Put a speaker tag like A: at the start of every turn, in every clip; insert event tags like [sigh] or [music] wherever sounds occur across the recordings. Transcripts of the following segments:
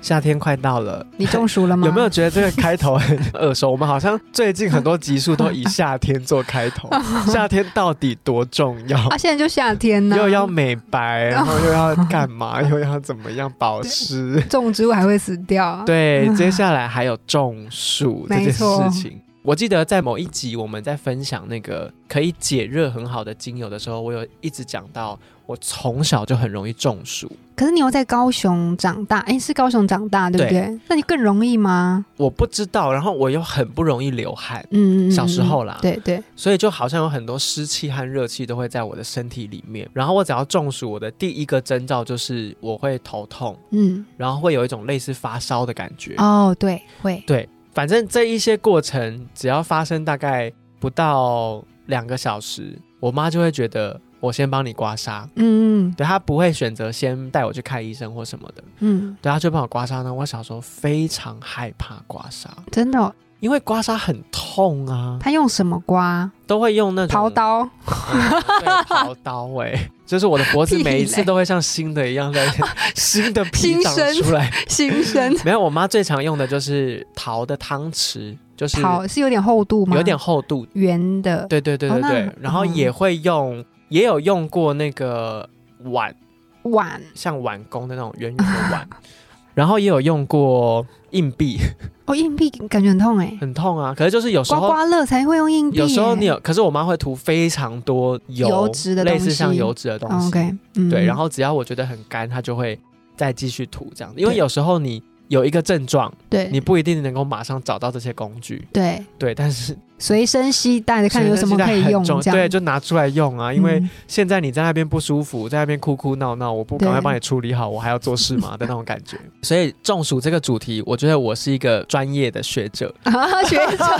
A: 夏天快到了，
B: 你中暑了吗？
A: 有没有觉得这个开头很耳熟？我们好像最近很多集数都以夏天做开头。夏天到底多重要？
B: 啊，现在就夏天呢、
A: 又要美白，然后又要干嘛？又要怎么样保湿？
B: 种植物还会死掉。， [laughs]
A: 对，接下来还有中暑这
B: 哦没
A: 件
B: 错
A: 事情。我记得在某一集我们在分享那个可以解热很好的精油的时候，我有一直讲到我从小就很容易中暑。
B: 可是你又在高雄长大，哎、是高雄长大对不对？那你更容易吗？
A: 我不知道，然后我又很不容易流汗，
B: 嗯，嗯嗯
A: 小时候啦
B: 对对，
A: 所以就好像有很多湿气和热气都会在我的身体里面。然后我只要中暑，我的第一个征兆就是我会头痛，
B: 嗯，
A: 然后会有一种类似发烧的感觉。
B: 哦，对，会，
A: 对，反正这一些过程只要发生大概不到两个小时，我妈就会觉得我先帮你刮痧。
B: 嗯
A: 对她不会选择先带我去看医生或什么的，
B: 嗯嗯，
A: 对她就帮我刮痧呢。我小时候非常害怕刮痧，
B: 真的哦、
A: 因为刮痧很痛啊，
B: 他用什么刮？
A: 都会用那种
B: 刨刀，
A: 嗯 [laughs] 对刨刀哎、就是我的脖子
B: 屁嘞
A: 每一次都会像新的一样
B: [laughs]
A: 在新的皮
B: 新
A: 长
B: 生
A: 出来。
B: 新生
A: 没有，我妈最常用的就是陶的汤匙，就是
B: 刨是有点厚度吗？
A: 有点厚度，
B: 圆的，
A: 对对对
B: 哦
A: 对
B: 那
A: 对，
B: 很
A: 然后也会用，也有用过那个碗，
B: 碗，
A: 像碗工的那种圆圆的
B: [laughs]
A: 碗，然后也有用过硬币，
B: 哦，硬币感觉很痛哎、
A: 很痛啊。可是就是有时
B: 刮
A: 候，
B: 刮乐才会用硬币耶、
A: 有时候你有，可是我妈会涂非常多油，
B: 油脂的东西
A: 类似像油脂的东
B: 哦
A: 西。
B: OK，嗯，
A: 对，然后只要我觉得很干，她就会再继续涂这样子。因为
B: 对
A: 有时候你有一个症状，
B: 对
A: 你不一定能够马上找到这些工具，
B: 对
A: 对，但是
B: 随身携带的看有什么
A: 随身携带
B: 可以
A: 很
B: 用，
A: 重
B: 这样
A: 对，就拿出来用啊，因为。
B: 嗯
A: 现在你在那边不舒服，在那边哭哭闹闹，我不赶快
B: 对
A: 帮你处理好，我还要做事吗 [laughs] 的那种感觉。所以中暑这个主题，我觉得我是一个专业的学者，
B: [laughs] 啊，学长，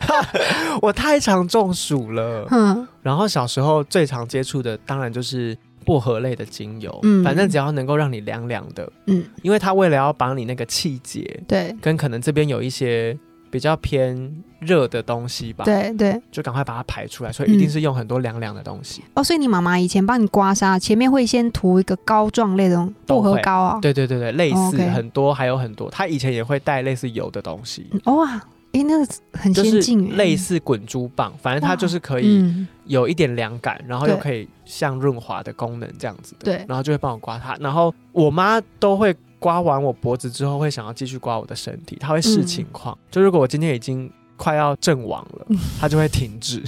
A: [laughs] 我太常中暑了。
B: 嗯，
A: 然后小时候最常接触的，当然就是薄荷类的精油，
B: 嗯
A: 反正只要能够让你凉凉的，
B: 嗯，
A: 因为它为了要把你那个气结，
B: 对
A: 跟可能这边有一些比较偏热的东西吧，
B: 对对，
A: 就赶快把它排出来，所以一定是用很多凉凉的东西。
B: 哦，所以你妈妈以前帮你刮痧，前面会先涂一个膏状类的东薄
A: 都会
B: 荷膏啊，
A: 对对对对，类似、
B: OK
A: 很多，还有很多。他以前也会带类似油的东西，
B: 嗯哦哇，诶，那个很
A: 就
B: 先
A: 是
B: 进耶，
A: 类似滚珠棒，反正它
B: 哇
A: 就是可以
B: 嗯，
A: 有一点凉感，然后又
B: 对
A: 可以像润滑的功能这样子的，
B: 对，
A: 然后就会帮我刮它。然后我妈都会刮完我脖子之后，会想要继续刮我的身体，她会视
B: 嗯
A: 情况。就如果我今天已经快要阵亡
B: [laughs]
A: 了，她就会停止。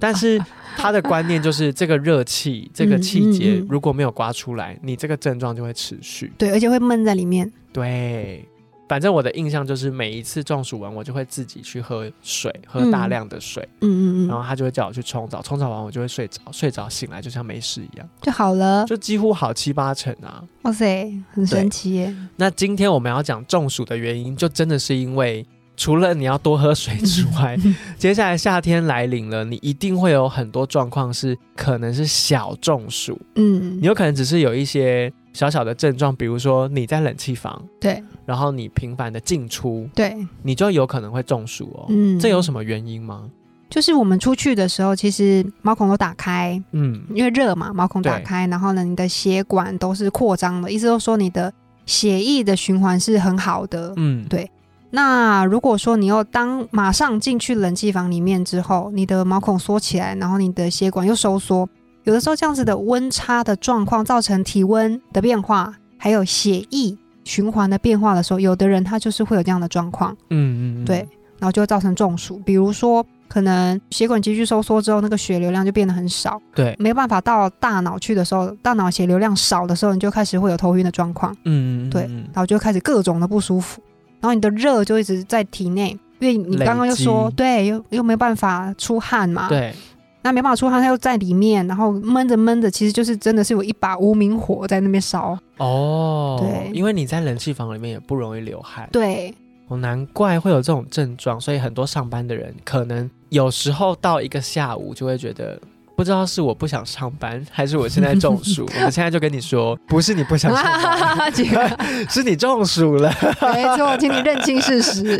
A: 但是她的观念就是，这个热气、这个
B: 嗯
A: 气节
B: 嗯嗯
A: 如果没有刮出来，你这个症状就会持续。
B: 对，而且会闷在里面，
A: 对，反正我的印象就是每一次中暑完，我就会自己去喝水，喝大量的水，
B: 嗯嗯
A: 然
B: 嗯，
A: 后他就会叫我去冲澡，冲澡完我就会睡着，睡着醒来就像没事一样，
B: 就好了，
A: 就几乎好七八成啊。
B: 哇塞，很神奇耶，
A: 那今天我们要讲中暑的原因，就真的是因为。除了你要多喝水之外， [laughs] 接下来夏天来临了，你一定会有很多状况是可能是小中暑，
B: 嗯
A: 你，有可能只是有一些小小的症状，比如说你在冷气房，
B: 对
A: 然后你频繁的进出，
B: 对，
A: 你就有可能会中暑哦。
B: 嗯
A: 这有什么原因吗？
B: 就是我们出去的时候，其实毛孔都打开，
A: 嗯，
B: 因为热嘛，毛孔打
A: 对
B: 开，然后呢，你的血管都是扩张的，意思就是说你的血液的循环是很好的。
A: 嗯，
B: 对那如果说你又当马上进去冷气房里面之后，你的毛孔缩起来，然后你的血管又收缩，有的时候这样子的温差的状况造成体温的变化，还有血液循环的变化的时候，有的人他就是会有这样的状况。
A: 嗯嗯嗯，
B: 对，然后就会造成中暑。比如说，可能血管急剧收缩之后，那个血流量就变得很少，
A: 对，
B: 没办法到大脑去的时候，大脑血流量少的时候，你就开始会有头晕的状况，
A: 嗯嗯嗯
B: 对
A: 嗯
B: 然后就开始各种的不舒服，然后你的热就一直在体内。因为你刚刚又说
A: 累，积
B: 对，又又没办法出汗嘛，，
A: 对，
B: 那没办法出汗，它又在里面，然后闷着闷着，其实就是真的是有一把无名火在那边烧，
A: 哦，
B: 对
A: 因为你在冷气房里面也不容易流汗，
B: 对，
A: 哦，难怪会有这种症状，所以很多上班的人可能有时候到一个下午就会觉得。不知道是我不想上班，还是我现在中
B: [laughs]
A: 暑。我们现在就跟你说，不是你不想上班，
B: 结果
A: 是你中暑了。
B: 没错，请你认清
A: [laughs]
B: 事实，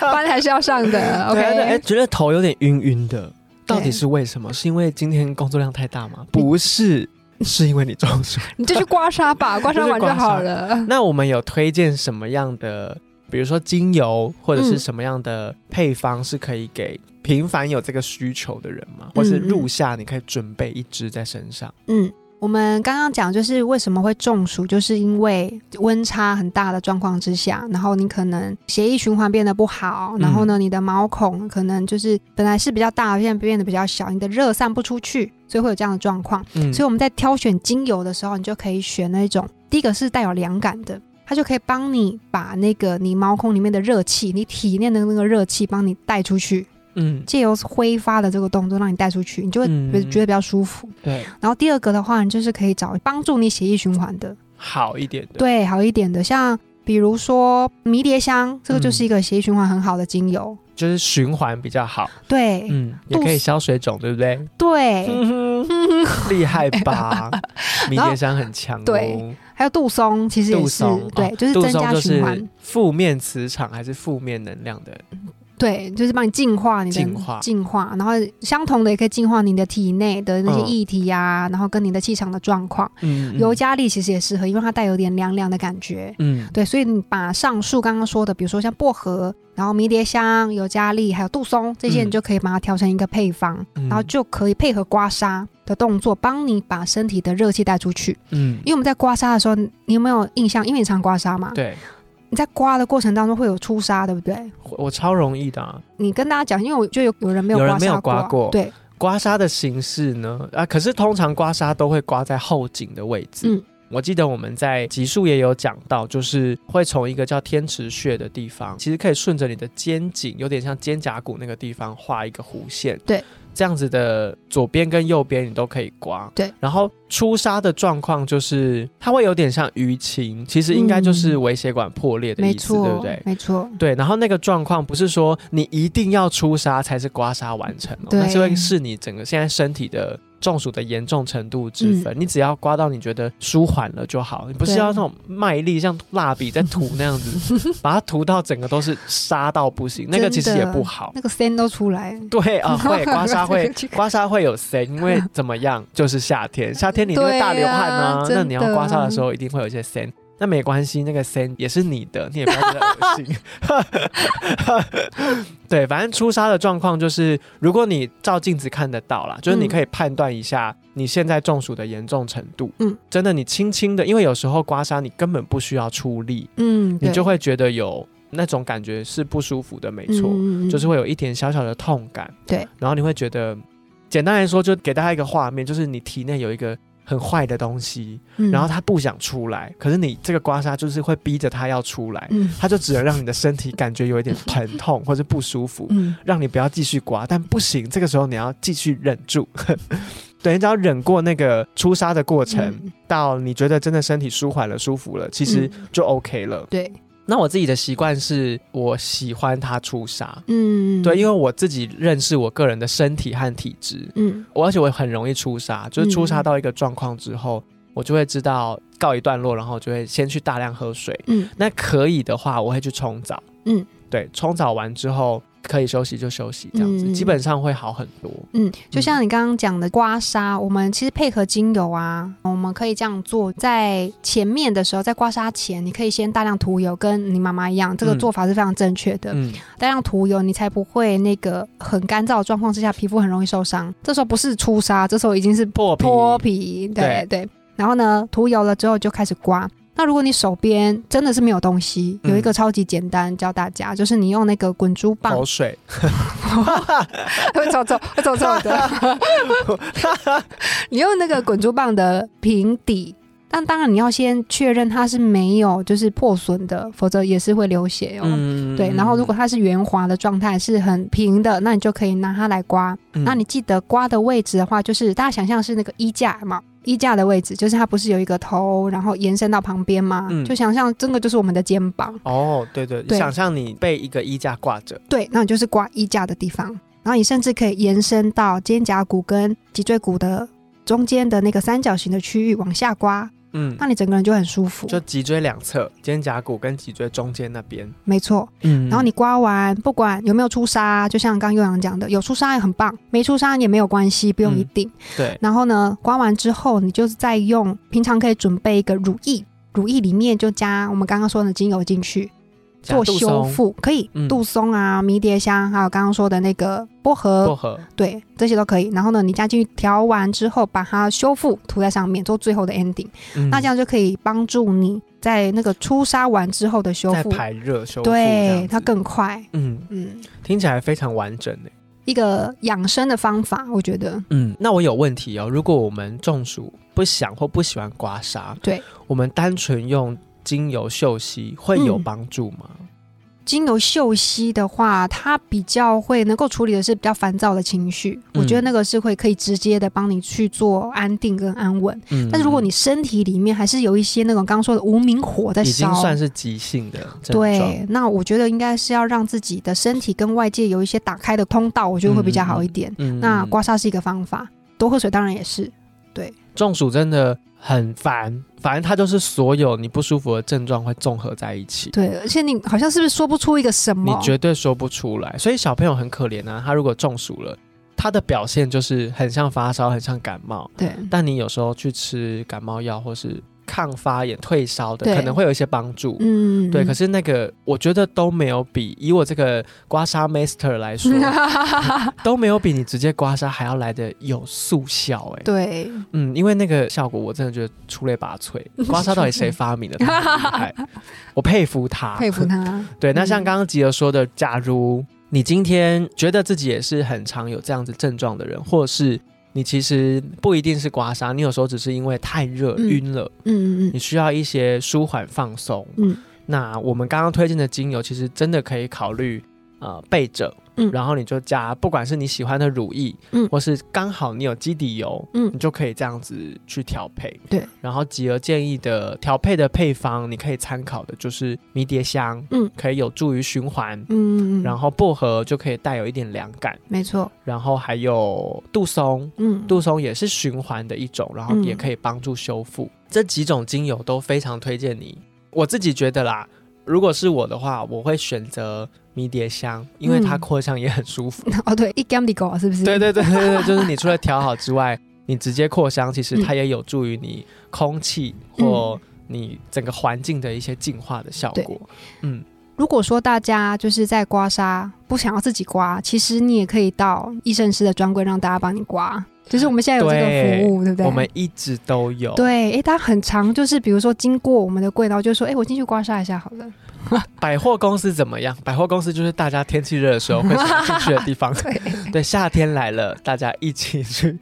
B: 班还是要上的。
A: 对啊对哎，
B: OK，
A: 觉得头有点晕晕的，到底
B: 对
A: 是为什么？是因为今天工作量太大吗？不是，是因为你中暑。
B: 你就去刮痧吧，刮痧完就好了。
A: [laughs] 那我们有推荐什么样的，比如说精油或者是什么样的配方是可以给频繁有这个需求的人吗？或是入夏你可以准备一支在身上？
B: 嗯，我们刚刚讲就是为什么会中暑，就是因为温差很大的状况之下，然后你可能血液循环变得不好，
A: 嗯
B: 然后呢，你的毛孔可能就是本来是比较大，现在变得比较小，你的热散不出去，所以会有这样的状况。
A: 嗯
B: 所以我们在挑选精油的时候，你就可以选那种第一个是带有凉感的，它就可以帮你把那个你毛孔里面的热气，你体内的那个热气帮你带出去，
A: 嗯，
B: 借由挥发的这个动作让你带出去，你就会
A: 嗯
B: 觉得比较舒服。
A: 对，
B: 然后第二个的话，你就是可以找帮助你血液循环的，
A: 好一点的。
B: 对，好一点的，像比如说迷迭香，这个就是一个血液循环很好的精油，
A: 就是循环比较好，
B: 对、
A: 嗯，也
B: 肚子
A: 可以消水肿，对不对？
B: 对。
A: 嗯哼 [laughs] 厉害 [laughs] 吧？迷迭香很强、哦，
B: 对，还有杜松，其实也
A: 杜
B: 是
A: 松，
B: 对，
A: 哦
B: 就是
A: 杜
B: 增
A: 松
B: 加
A: 就
B: 循环。
A: 是负面磁场还是负面能量的
B: 对，就是帮你净化你的
A: 净化
B: 化然后相同的也可以净化你的体内的那些
A: 嗯
B: 液体呀、然后跟你的气场的状况。
A: 嗯
B: 尤加利其实也适合，因为它带有点凉凉的感觉。
A: 嗯
B: 对，所以你把上述刚刚说的，比如说像薄荷，然后迷迭香、尤加利，还有杜松这些，
A: 嗯
B: 你就可以把它调成一个配方，
A: 嗯
B: 然后就可以配合刮痧的动作，帮你把身体的热气带出去。
A: 嗯
B: 因为我们在刮痧的时候，你有没有印象？因为你常刮痧嘛，
A: 对
B: 你在刮的过程当中会有出痧，对不对？
A: 我我超容易的、啊。
B: 你跟大家讲，因为我就有有人没有
A: 有
B: 刮
A: 人
B: 痧
A: 没有刮过
B: 对，
A: 刮痧的形式呢？啊，可是通常刮痧都会刮在后颈的位置。
B: 嗯
A: 我记得我们在集数也有讲到，就是会从一个叫天池穴的地方，其实可以顺着你的肩颈，有点像肩胛骨那个地方画一个弧线。
B: 对，
A: 这样子的左边跟右边你都可以刮。
B: 对，
A: 然后出痧的状况就是它会有点像淤青，其实应该就是微血管破裂的
B: 嗯没
A: 意思，
B: 错，
A: 对不对？
B: 没错，
A: 对，然后那个状况不是说你一定要出痧才是刮痧完成、哦，
B: 对
A: 那是会视你整个现在身体的中暑的严重程度之分。你只要刮到你觉得舒缓了就好，你不是
B: 嗯对
A: 要那种卖力像蜡笔在涂那样
B: [laughs]
A: 子，把它涂到整个都是沙到不行，那个其实也不好。
B: 那个声都出来了。
A: 对
B: [laughs]
A: 啊，会刮痧会
B: 这个
A: 刮痧会有塞，因为怎么样，就是夏天，夏天你就会大流汗啊，
B: 对啊
A: 那你要
B: 真的
A: 刮痧的时候一定会有一些塞。那没关系，那个塞也是你的，你也不要觉得恶 [laughs] 心。对，反正出痧的状况就是，如果你照镜子看得到啦，就是你
B: 嗯
A: 可以判断一下你现在中暑的严重程度。
B: 嗯
A: 嗯，真的，你轻轻的，因为有时候刮痧你根本不需要出力，
B: 嗯，
A: 你
B: 对
A: 就会觉得有那种感觉是不舒服的，没错。
B: 嗯嗯嗯
A: 就是会有一点小小的痛感。
B: 对，
A: 然后你会觉得，简单来说，就给大家一个画面，就是你体内有一个很坏的东西，
B: 嗯
A: 然后它不想出来，可是你这个刮痧就是会逼着它要出来，
B: 嗯
A: 它就只能让你的身体感觉有一点疼痛或者不舒服，
B: 嗯，
A: 让你不要继续刮。但不行，这个时候你要继续忍住。 [laughs] 对，你只要忍过那个出痧的过程，
B: 嗯
A: 到你觉得真的身体舒缓了、舒服了，其实
B: 嗯
A: 就 OK 了。
B: 对，
A: 那我自己的习惯是我喜欢它出痧，
B: 嗯，
A: 对，因
B: 为
A: 为我自己认识我个人的身体和体质，
B: 嗯
A: 我而且我很容易出痧，就是出痧
B: 嗯
A: 到一个状况之后，我就会知道告一段落，然后就会先去大量喝水。
B: 嗯
A: 那可以的话，我会去冲澡。
B: 嗯，
A: 对，冲澡完之后可以休息就休息，这样子、
B: 嗯
A: 基本上会好很多。
B: 嗯，就像你刚刚讲的刮痧，我们其实配合精油啊，我们可以这样做，在前面的时候，在刮痧前，你可以先大量涂油，跟你妈妈一样，这个
A: 嗯
B: 做法是非常正确的。
A: 嗯，
B: 大量涂油，你才不会那个很干燥的状况之下，皮肤很容易受伤。这时候不是出痧，这时候已经是
A: 破皮
B: 脱皮，对对。然后呢，涂油了之后就开始刮。那如果你手边真的是没有东西，
A: 嗯
B: 有一个超级简单教大家，就是你用那个滚珠棒
A: 口，
B: [laughs]
A: 水，
B: 会臭臭会臭臭
A: [laughs]
B: 的，你用那个滚珠棒的平底。但当然你要先确认它是没有就是破损的，否则也是会流血哦。
A: 嗯
B: 对，然后如果它是圆滑的状态，是很平的，
A: 嗯
B: 那你就可以拿它来刮。那你记得刮的位置的话，就是大家想象是那个衣架嘛，衣架的位置，就是它不是有一个头，然后延伸到旁边吗？
A: 嗯
B: 就想象真的就是我们的肩膀，
A: 哦，对对，
B: 对
A: 想象你被一个衣架挂着，
B: 对，那你就是挂衣架的地方，然后你甚至可以延伸到肩胛骨跟脊椎骨的中间的那个三角形的区域往下刮，
A: 嗯，
B: 那你整个人就很舒服。
A: 就脊椎两侧、肩胛骨跟脊椎中间那边，
B: 没错，
A: 嗯
B: 然后你刮完，不管有没有出痧，就像刚刚悠扬讲的，有出痧也很棒，没出痧也没有关系，不用一
A: 嗯
B: 定。
A: 对，
B: 然后呢，刮完之后，你就是再用平常可以准备一个乳液，乳液里面就加我们刚刚说的精油进去
A: 加
B: 做
A: 杜
B: 修
A: 松、
B: 复，可以
A: 嗯
B: 杜松啊、迷迭香，还有刚刚说的那个薄荷
A: 薄，荷，
B: 对，这些都可以。然后呢，你加进去调完之后，把它修复涂在上面，做最后的 ending，、
A: 嗯
B: 那这样就可以帮助你在那个出痧完之后的修
A: 再
B: 复，
A: 排热修复，这样
B: 对
A: 子，
B: 它更快，
A: 嗯，
B: 嗯，
A: 听起来非常完整诶。
B: 一个养生的方法，我觉得
A: 嗯，那我有问题哦。如果我们中暑不想或不喜欢刮痧，
B: 对，
A: 我们单纯用精油嗅息会有
B: 嗯
A: 帮助吗？
B: 精油嗅息的话，它比较会能够处理的是比较烦躁的情绪，
A: 嗯
B: 我觉得那个是会可以直接的帮你去做安定跟安稳。
A: 嗯，
B: 但是如果你身体里面还是有一些那种刚刚说的无名火在
A: 已经
B: 烧，
A: 算是急性的症状，
B: 对，那我觉得应该是要让自己的身体跟外界有一些打开的通道，我觉得会比较好一点。
A: 嗯
B: 那刮痧是一个方法，多喝水当然也是。
A: 中暑真的很烦，反正它就是所有你不舒服的症状会综合在一起，
B: 对，而且你好像是不是说不出一个什
A: 你
B: 么？
A: 绝对说不出来。所以小朋友很可怜啊，他如果中暑了，他的表现就是很像发烧，很像感冒。
B: 对
A: 但你有时候去吃感冒药或是抗发炎、退烧的，
B: 对
A: 可能会有一些帮助。
B: 嗯，
A: 对，可是那个我觉得都没有比以我这个刮痧
B: [laughs]
A: master 来说，都没有比你直接刮痧还要来的有速效哎、 [laughs]
B: 对，
A: 嗯，因为那个效果我真的觉得出类拔
B: [laughs]
A: 萃。刮痧到底谁发明的？他很厉害，我佩服他，
B: 佩服。他。
A: 对，那像
B: 嗯
A: 刚刚吉儿说的，假如你今天觉得自己也是很常有这样子症状的人，或是你其实不一定是刮痧，你有时候只是因为太热
B: 嗯
A: 晕了，
B: 嗯嗯
A: 你需要一些舒缓放松。
B: 嗯
A: 那我们刚刚推荐的精油，其实真的可以考虑呃备着，
B: 嗯
A: 然后你就加，不管是你喜欢的乳液，
B: 嗯
A: 或是刚好你有基底油，
B: 嗯
A: 你就可以这样子去调配。
B: 对，
A: 然后吉儿建议的调配的配方，你可以参考的就是迷迭香，
B: 嗯
A: 可以有助于循环，
B: 嗯嗯，
A: 然
B: 后
A: 后薄荷就可以带有一点凉感，
B: 没错，
A: 然后还有杜松，
B: 嗯，
A: 杜松也是循环的一种，然后
B: 嗯
A: 也可以帮助修复。这几种精油都非常推荐你。我自己觉得啦，如果是我的话，我会选择迷迭香，因为它
B: 嗯
A: 扩香也很舒
B: [laughs]
A: 服。
B: [laughs] 哦对，一 gam 的狗是不是？
A: 对对对对对，就是你除了调好之外，你直接扩香，其
B: 嗯
A: 实它也有助于你空气或你整个环境的一些净化的效果。嗯，
B: 如果说大家就是在刮痧，不想要自己刮，其实你也可以到医生师的专柜让大家帮你刮，就是我们现在有这个服务，对不对？
A: 我们一直都有。
B: 对，诶，大家很常就是比如说经过我们的柜，然后就说，诶，我进去刮痧一下好
A: [laughs]
B: 了。
A: 百货公司怎么样？百货公司就是大家天气热的时候会想进去的地
B: [laughs]
A: 方。
B: 对，
A: [laughs] 对，夏天来了，大家一起去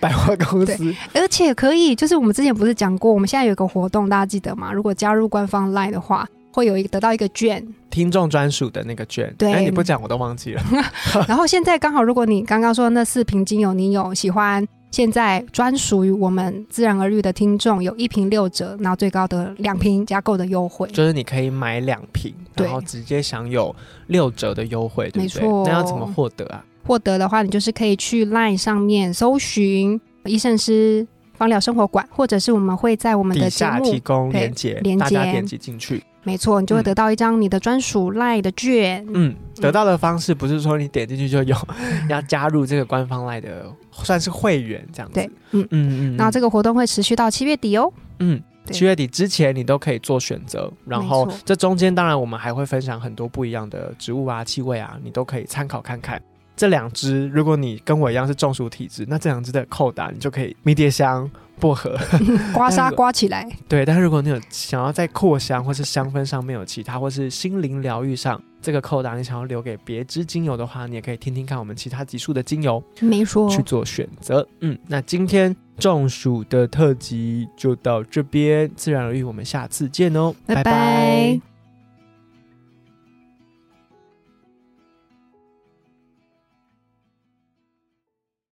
A: 百货公司。
B: 而且可以，就是我们之前不是讲过，我们现在有一个活动，大家记得吗？如果加入官方 LINE 的话，会有一个得到一个
A: [laughs]
B: 券，
A: 听众专属的那个券，
B: 对
A: 哎，你不讲我都忘记了。 [laughs]
B: 然后现在刚好，如果你刚刚说的那四瓶精油，你有喜欢，现在专属于我们自然而绿的听众有一瓶六折，然后最高的两瓶加购的优惠。
A: 就是你可以买两瓶，
B: 对
A: 然后直接享有六折的优惠，对不
B: 没
A: 对
B: 错？
A: 那要怎么获得啊？
B: 获得的话，你就是可以去 LINE 上面搜寻医圣师芳疗生活馆，或者是我们会在我们的
A: 底
B: 节
A: 下
B: 目
A: 提，供
B: 对
A: 链接，
B: 连
A: 大家
B: 接
A: 点击进去。
B: 没错，你就会得到一张你的专属 LINE 的券。
A: 嗯，得到的方式不是说你点进去就有， [laughs] 要加入这个官方来的，算是会员这样子。
B: 对，嗯。
A: 嗯嗯嗯。
B: 那这个活动会持续到七月底哦。
A: 嗯，
B: 对
A: 七月底之前你都可以做选择，然后
B: 没错
A: 这中间当然我们还会分享很多不一样的植物啊、气味啊，你都可以参考看看。这两支，如果你跟我一样是中暑体质，那这两支的扣打你就可以迷迭香、薄荷， [laughs]
B: 刮痧
A: 嗯
B: 刮起来，
A: 对。但如果你有想要在扩香或是香氛上面有其他，或是心灵疗愈上这个扣打，你想要留给别支精油的话，你也可以听听看我们其他集数的精油
B: 没说
A: 去做选择。嗯，那今天中暑的特辑就到这边，自然而愈，我们下次见哦，
B: 拜拜
A: 拜